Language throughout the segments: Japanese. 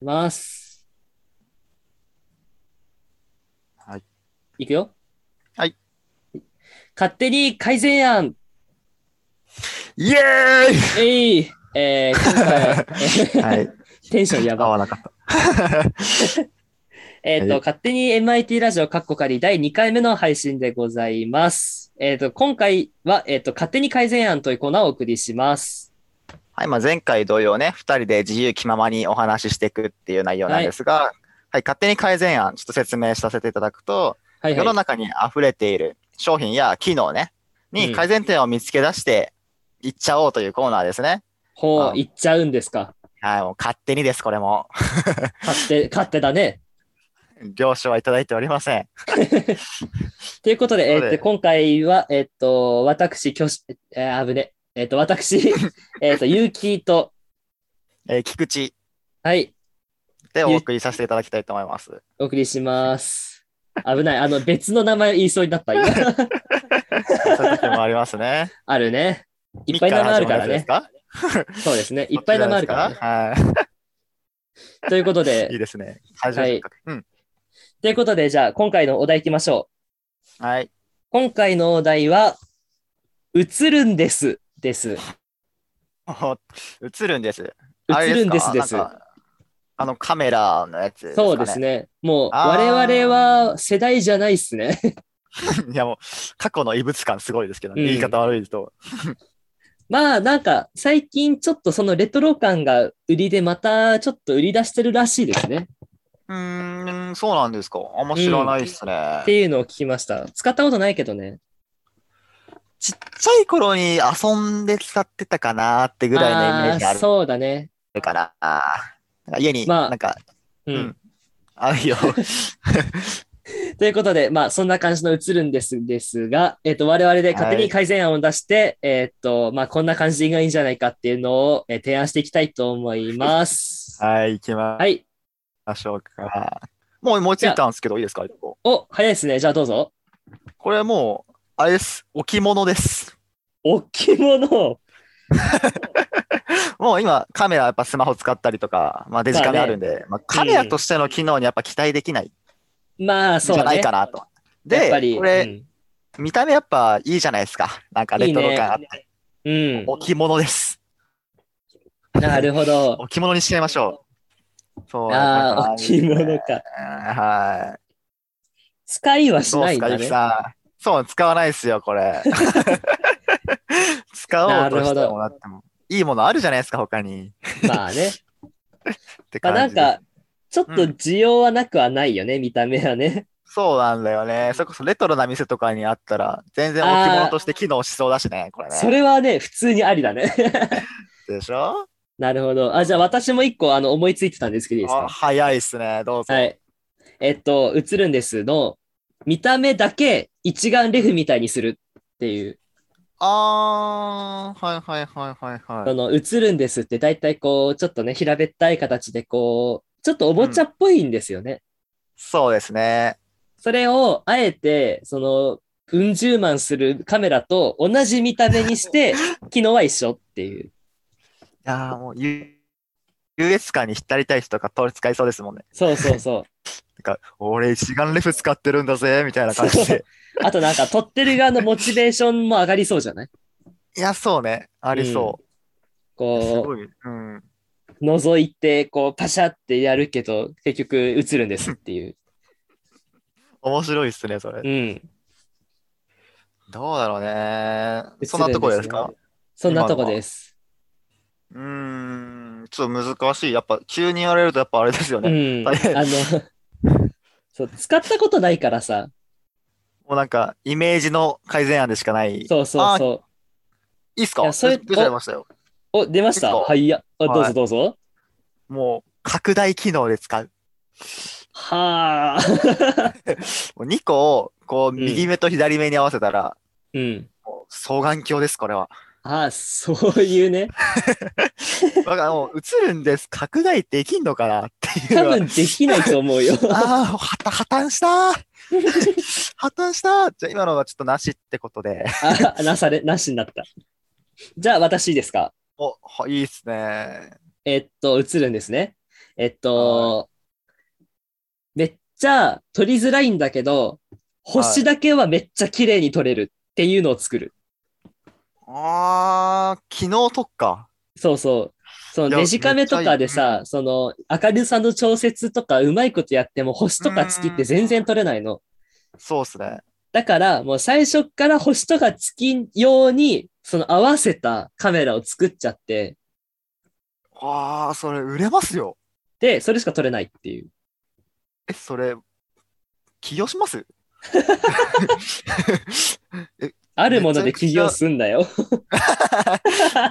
ます。はい。いくよ。はい。勝手に改善案。イエーイえい、えー、今回、はい。 テンションやば。合わなかった。えっと、勝手に MIT ラジオカッコ仮第2回目の配信でございます。えっ、ー、と、今回は、えっ、ー、と、勝手に改善案というコーナーをお送りします。はい、まあ、前回同様ね、2人で自由気ままにお話ししていくっていう内容なんですが、はい、はい、勝手に改善案、ちょっと説明させていただくと、はいはい、世の中に溢れている商品や機能ね、に改善点を見つけ出していっちゃおうというコーナーですね。うん、ほう、いっちゃうんですか。はい、もう勝手にです、これも。勝手、勝手だね。了承はいただいておりません。ということで、えー、っと今回は、えー、っと、私、挙手、えー、危ね。えっ、ー、と、 私、えっと、ゆうきと、えー、菊池。はい。で、お送りさせていただきたいと思います。お送りします。危ない。あの、別の名前言いそうになった、今。 そういう時もありますね。あるね。 いっぱい名前あるからね。そうですね。いっぱい名前あるから、ね、。はいということで。いいですね。はい。うん。ということで、じゃあ、今回のお題いきましょう。はい。今回のお題は、映るんです。です。 映るんです。映るんですです。あのカメラのやつ、ね、そうですね。もう我々は世代じゃないっすね。 いやもう過去の異物感すごいですけどね。うん、言い方悪いと。まあなんか最近ちょっとそのレトロ感が売りでまたちょっと売り出してるらしいです ね。うん、そうなんですか。あんま知らないっすね、うん、っていうのを聞きました。使ったことないけどね。ちっちゃい頃に遊んで使ってたかなってぐらいのイメージある。そうだね。だから、なんか家に、まあ、なんか、うん。あるよ。ということで、まあ、そんな感じの映るんですですが、えっ、ー、と、我々で勝手に改善案を出して、はい、えっ、と、まあ、こんな感じがいいんじゃないかっていうのを、えー、提案していきたいと思います。 はい、行きまはい。ましょうか。もう思いついたんですけど、いいですかお、早いですね。じゃあどうぞ。これもう、あれです。置物です。置物もう今、カメラやっぱスマホ使ったりとか、まあ、デジカメあるんで、まあ、ねまあ、カメラとしての機能にやっぱ期待できない。まあ、そう、ね、じゃないかなと。で、これ、うん、見た目やっぱいいじゃないですか。なんかレトロ感あって。いいね、うん。置物です。 なるほど。置物にしちゃいましょう。そう。ああ、置物か。はい。使いはしないんだ、ね、そうか、そう、使わないですよ、これ。使おうとしてもらっても。いいものあるじゃないですか、他に。まあ ね。って感じなんか、ちょっと需要はなくはないよね、うん、見た目はね。そうなんだよね。それこそレトロな店とかにあったら、全然置物として機能しそうだしね、これね。それはね、普通にありだね。 でしょなるほど。あ、じゃあ私も一個あの思いついてたんですけどいいですか早いっすね、どうぞ。はい。えっと、映るんですの、見た目だけ一眼レフみたいにするっていう。あー、はいはいはいはいはい。その映るんですって大体こう、ちょっとね、平べったい形でこう、ちょっとおもちゃっぽいんですよね。うん、そうですね。それをあえて、その、うん十万するカメラと同じ見た目にして、 機能は一緒っていう。いやーもう、優越感に浸りたい人とか通り使いそうですもんね。そうそうそう。なんか、俺一眼レフ使ってるんだぜ、みたいな感 じで。あとなんか、撮ってる側のモチベーションも上がりそうじゃないいや、そうね。ありそう。うん、こう、うん、覗いて、こう、パシャってやるけど、結局映るんですっていう。面白いっすね、それ。うん。どうだろうね。そんなとこですかそんなとこです。うん、ちょっと難しい。やっぱ、急に言われるとやっぱあれですようね。ん、あの、そう使ったことないからさ。もうなんか、イメージの改善案でしかない。。そうそうそういいっすかそれ出ちゃいましたよ。お、出ましたはい、や、あどうぞどうぞ。もう、拡大機能で使う。はあ。 2個を、こう、右目と左目に合わせたら、 うん。双眼鏡です、これは。ああ、そういうね。。だからもう映るんです。拡大できんのかなって いう多分できないと思うよ。ああ、破綻した。破綻したじゃあ今のはちょっとなしってことで。あなされ、なしになった。じゃあ私ですかお、いいっすね。えっと、映るんですね。えっと、めっちゃ取りづらいんだけど、星だけはめっちゃ綺麗に取れるっていうのを作る。あー、機能特化。そうそう。そいのやデジカメとかでさ、その明るさの調節とかうまいことやっても星とか月って全然取れないの。そうっすね。だからもう最初っから星とか月用に、その合わせたカメラを作っちゃって、あー、それ売れますよ。で、それしか撮れないっていう。え、それ、起業します あるもので起業すんだよ。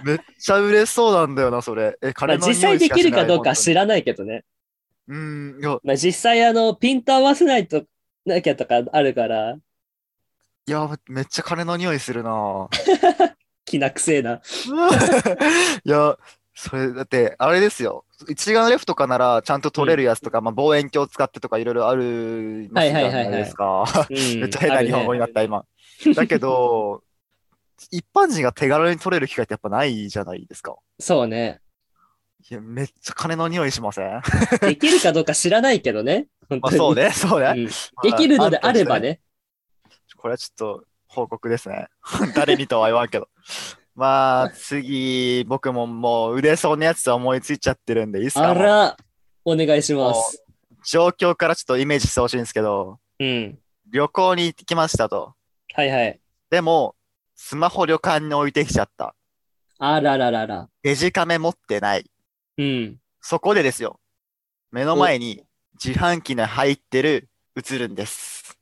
めっちゃ売れそうなんだよな、それ。え、ま彼あの実際できるかどうから知らないけどね。うん、いや、まあ実際あの、ピント合わせないと、なきゃとかあるから、いや、めっちゃ金の匂いするな 気なくせえな。いや、それ、だって、あれですよ。一眼レフとかなら、ちゃんと取れるやつとか、まあ、望遠鏡使ってとか、いろいろある、はいはいはいはいじゃないですか。うんめ っちゃ変な日本語になった、今。だけど、一般人が手軽に取れる機会ってやっぱないじゃないですか。そうね。いや、めっちゃ金の匂いしませんまできるかどうか知らないけどね。本当あ、にそうね、そうね。うんできるのであれば。ね。これはちょっと報告ですね。 誰にとは言わんけど。まあ、次、僕ももう売れそうなやつは思いついちゃってるんで、いいっすかあら、お願いします。状況からちょっとイメージしてほしいんですけど、うん。旅行に行ってきましたと。はいはい。でも、スマホ旅館に置いてきちゃった。あらららら。デジカメ持ってない。うん。そこでですよ。目の前に自販機に入ってる映るんです。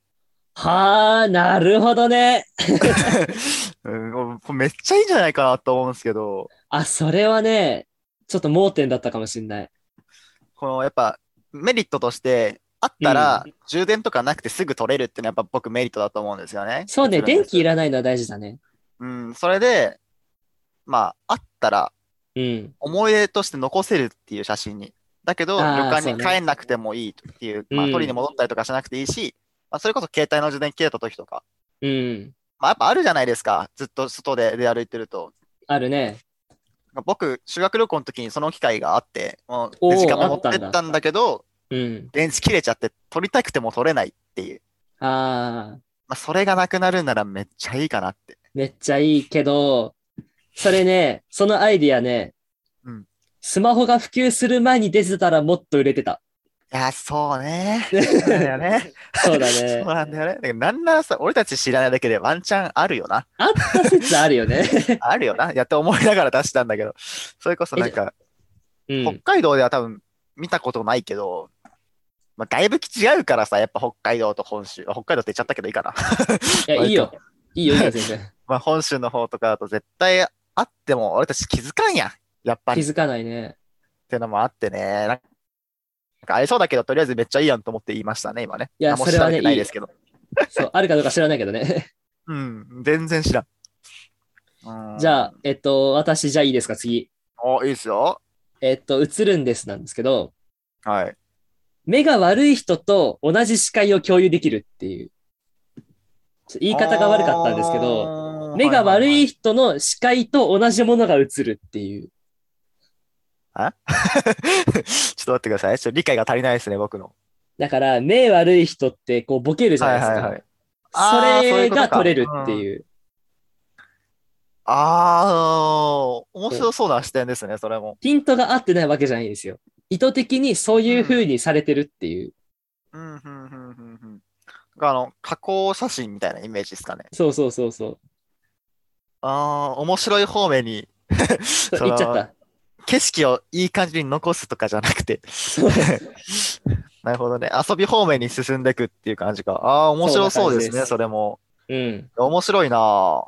はあ、なるほどね。うんこれめっちゃいいんじゃないかなと思うんですけど、あ、それはね、ちょっと盲点だったかもしれない。このやっぱメリットとして、あったら充電とかなくてすぐ取れるっていうのはやっぱ僕メリットだと思うんですよね。そうね、映るん電です気いらないのは大事だね。うん、それで、まあ、あったらうん。思い出として残せるっていう写真に。だけど、あー旅館そうにね帰んなくてもいいっていう、まあ、うん取りに戻ったりとかしなくていいし、まあ、それこそ携帯の充電切れた時とか、うん。まあ、やっぱあるじゃないですか。ずっと外で出歩いてると。あるね。僕、修学旅行の時にその機会があって、もおうーデジカメ持ってあったんだったんだけど、うん。電池切れちゃって撮りたくても撮れないっていう。ああ、まあ、それがなくなるならめっちゃいいかなって。めっちゃいいけど、それね、そのアイディアね、うんスマホが普及する前に出てたらもっと売れて た。いや、そうね。そうなんだよね。そうだ そうね。なんだよね。だけどなんならさ、俺たち知らないだけでワンチャンあるよな。あった説ある よね。あるよ な。やって思いながら出したんだけど。それこそなんか、う北ん。海道では多分見たことないけど、まあ、外部基違うからさ、やっぱ北海道と本州、あ北海道って言っちゃったけどいいかな。 いや、いいよ。いいよ、いい よ、全然。まあ本州の方とかだと絶対あっても俺たち気づかんやん。やっぱ気りっづかないね。てのもあってね。なんかありそうだけど、とりあえずめっちゃいいやんと思って言いましたね、今ね。いや何もそれはね調べてないですけど。そう、あるかどうか知らないけど ね。うん、全然知らん。うんじゃあ、えっと、私、じゃあいいですか、次。お、いいですよ。えっと、映るんですなんですけど、はい。目が悪い人と同じ視界を共有できるっていう。ちょ言い方が悪かったんですけど、あー目がはは悪はい人の視界と同じものが映るっていう。ちょっと待ってください。 ちょっと理解が足りないですね、僕の。だから、目悪い人ってこうボケるじゃないですか。はいはいはいあそーそういれうことがか撮れるっていう。ああ、面白そうな視点ですね、それも。ピントが合ってないわけじゃないんですよ。意図的にそういう風にされてるっていう。うん、うん、うん、うん、うん。あの、加工写真みたいなイメージですかね。そうそうそうそう。ああ、面白い方面に、そうその言っちゃった。景色をいい感じに残すとかじゃなくて。 そうなるほどね。遊び方面に進んでいくっていう感じか。ああ、面白そうそんなです感じね、ですそれも。うん。面白いなあ。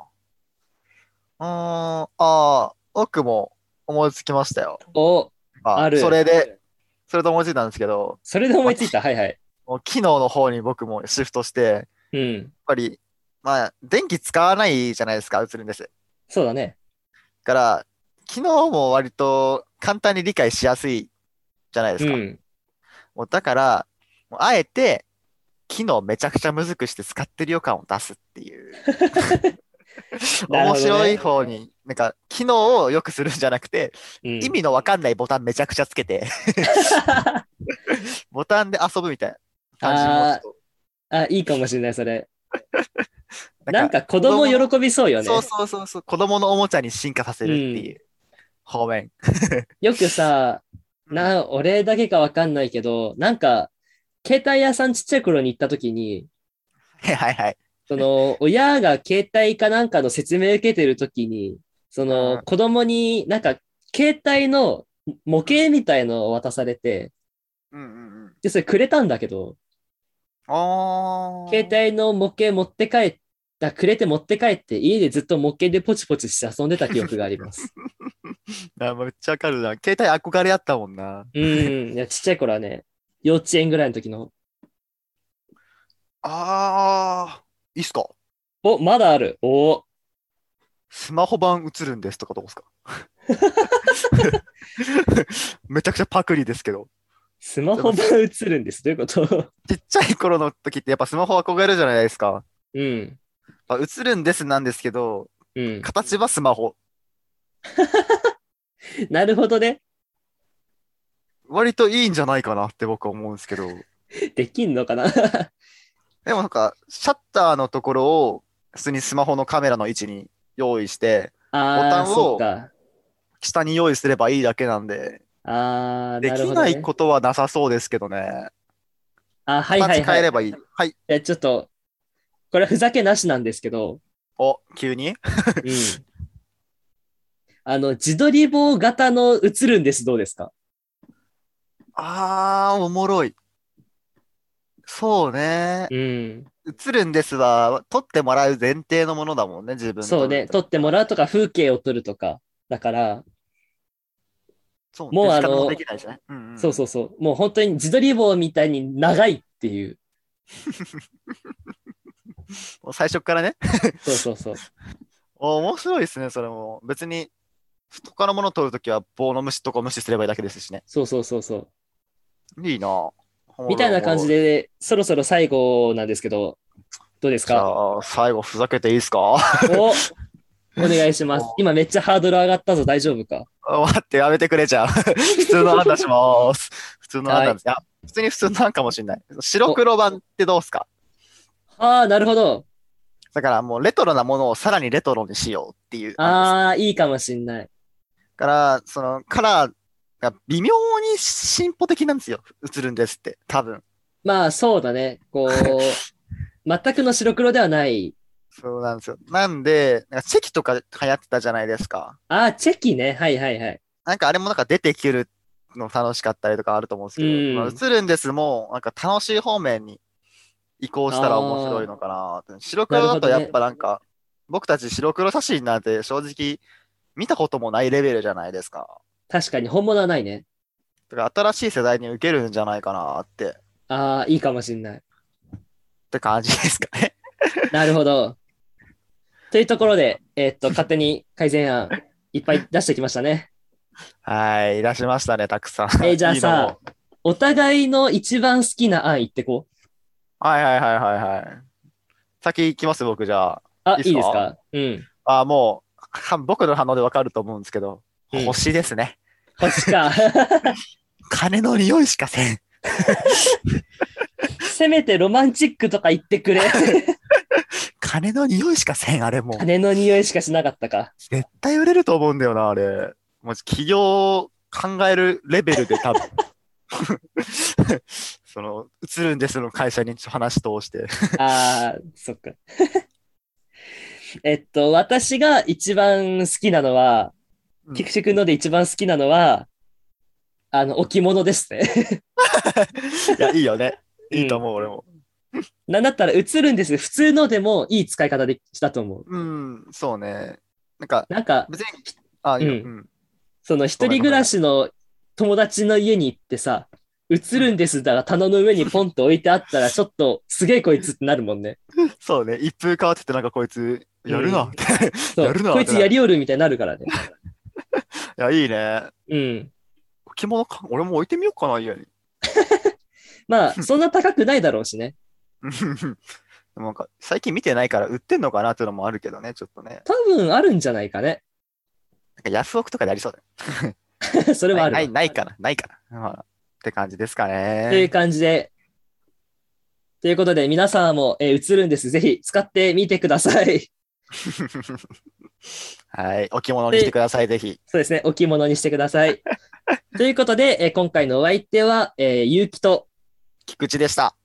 うーん、ああ、僕も思いつきましたよ。お、 あある。それで、。それで思いついたんですけど、それで思いついた。はいはい。もう機能の方に僕もシフトして、やっうん。ぱり、まあ、電気使わないじゃないですか、映るんです。だそうだね。から、機能も割と簡単に理解しやすいじゃないでうすか。ん。もうだから、もうあ えて、機能めちゃくちゃむずくして使ってる予感を出すっていう。なる面ほどね白い方に、なんか、機能を良くするんじゃなくて、うん意味のわかんないボタンめちゃくちゃつけて、 ボタンで遊ぶみたいな感じもちょっ あ、いいかもしれない、それ。となんか子供喜びそうよね。そうそうそうそう、子供のおもちゃに進化させるっていう方面。 よくさ、うんな、俺だけかわかんないけど、なんか、携帯屋さんちっちゃい頃に行った時に、はいはいはい。そ の、親が携帯かなんかの説明受けてる時に、そうんの、子供になんか、携帯の模型みたいのを渡されて、うんうんうん。で、それくれたんだけど、あー携帯の模型持って帰った、くれて持って帰って、家でずっと模型でポチポチして遊んでた記憶があります。あめっちゃわかるな。携帯憧れあったもんな。うん。いや、ちっちゃい頃はね、幼稚園ぐらいの時の、ああ、いいっすかお、まだある。おスマホ版映るんですとかどうっすか めちゃくちゃパクリですけど。スマホ版映るんです。どういうことちっちゃい頃の時ってやっぱスマホ憧れるじゃないですか。うん。まあ、映るんですなんですけど、うん。形はスマホ。なるほどね。割といいんじゃないかなって僕は思うんですけど。できんのか なでもなんか、シャッターのところを普通にスマホのカメラの位置に用意して、あボタあ、ンをそうか。下に用意すればいいだけなんで、ああ、でなるきほど、なね。いことはなさそうですけどね。あ、はいは形いは変えい。ればいい。はい。えちょっと、これふざけなしなんですけ ど、お、急にうん。あの、自撮り棒型の映るんです、どうですかあー、おもろい。そうね。うん。映るんですは、撮ってもらう前提のものだもんね、自分のそうね。撮ってもらうとか、風景を撮るとか。だから、そうもうあのデジカメもできないしね。うんうんそうそうそう。もう本当に自撮り棒みたいに長いっていう。もう最初からね。そうそう そう。お面白いですね、それも。別に、他のもの撮るときは棒の虫とか無視すればいいだけですしね。そうそうそうそう。いいなおもろみたいな感じ。で、そろそろ最後なんですけど、どうですじかゃあ、最後ふざけていいですか お、お願いします。今めっちゃハードル上がったぞ、大丈夫か待って、やめてくれちゃう。 普通の案出します。普通の案なんです。いや、普通に普通の案かもしれない。白黒版ってどうっすかああ、なるほど。だからもうレトロなものをさらにレトロにしようっていう。だああ、いいかもしんない。から、そのカラーが微妙に進歩的なんですよ。映るんですって、多分。まあ、そうだね。 こう、全くの白黒ではない。そうなんですよ。なんで、なんかチェキとか流行ってたじゃないですか。ああ、チェキね。はいはいはい。なんかあれもなんか出てくるの楽しかったりとかあると思うんですけど、うんまあ映るんですも、なんか楽しい方面に移行したら面白いのかなって白黒だとやっぱなんか、僕たち白黒写真なんて正直見たこともないレベルじゃないですか。確かに本物はないね。だから新しい世代に受けるんじゃないかなって、っああ、いいかもしんない。て感じですかね。 なるほど。というところで、えー っと、勝手に改善案いっぱい出してきましたね。はい、出しましたね、たくさん。 えーじゃあさいいのもお互いの一番好きな案言ってこう。はいはいはいはいはい。先行きます、僕じゃあ。あ、いいいっいすかですかうん。あもう、は僕の反応でわかると思うんですけど、うん星ですね。星か。 金の匂いしかせん。せめてロマンチックとか言ってく れ。金の匂いしかせん、あれもう。金の匂いしかしなかったか。絶対売れると思うんだよな、あれ。もう企業考えるレベルで多分。 その、映るんですの会社にちょっと話通して。あー、そっか。 えっと、私が一番好きなのはうん、菊池くんので一番好きなのは、あの、置物ですね。いや、いいよね。いいと思う、俺も。なんだったら映るんです。普通のでもいい使い方でしたと思う。うん、そうね。なんか、なんか、別に、あ、いいよ、うん。その一人暮らしの友達の家に行ってさ、映るんですだが棚の上にポンと置いてあったら、ちょっとすげえこいつってなるもんね。そうね。一風変わってて、なんかこいつ、やるなって。 いそうやるなこいつやりおるみたいになるからね。や、いいね。うん。着物か、俺も置いてみようかな、家に。 まあ、そんな高くないだろうしね。うんでもなんか最近見てないから売ってんのかなっていうのもあるけどね、ちょっとね。多分あるんじゃないかね。 なんかヤフオクとかでありそうだよ。それはあるわ。ないないないかな、ないかな。まあ、って感じですかというね。感じで。ということで、皆さんも、えー映るんです。ぜひ使ってみてください。 はい。お着物にしてください、ぜひ。そうですね。お着物にしてください。ということで、えー今回のお相手は、えー、ゆうきと、菊池でした。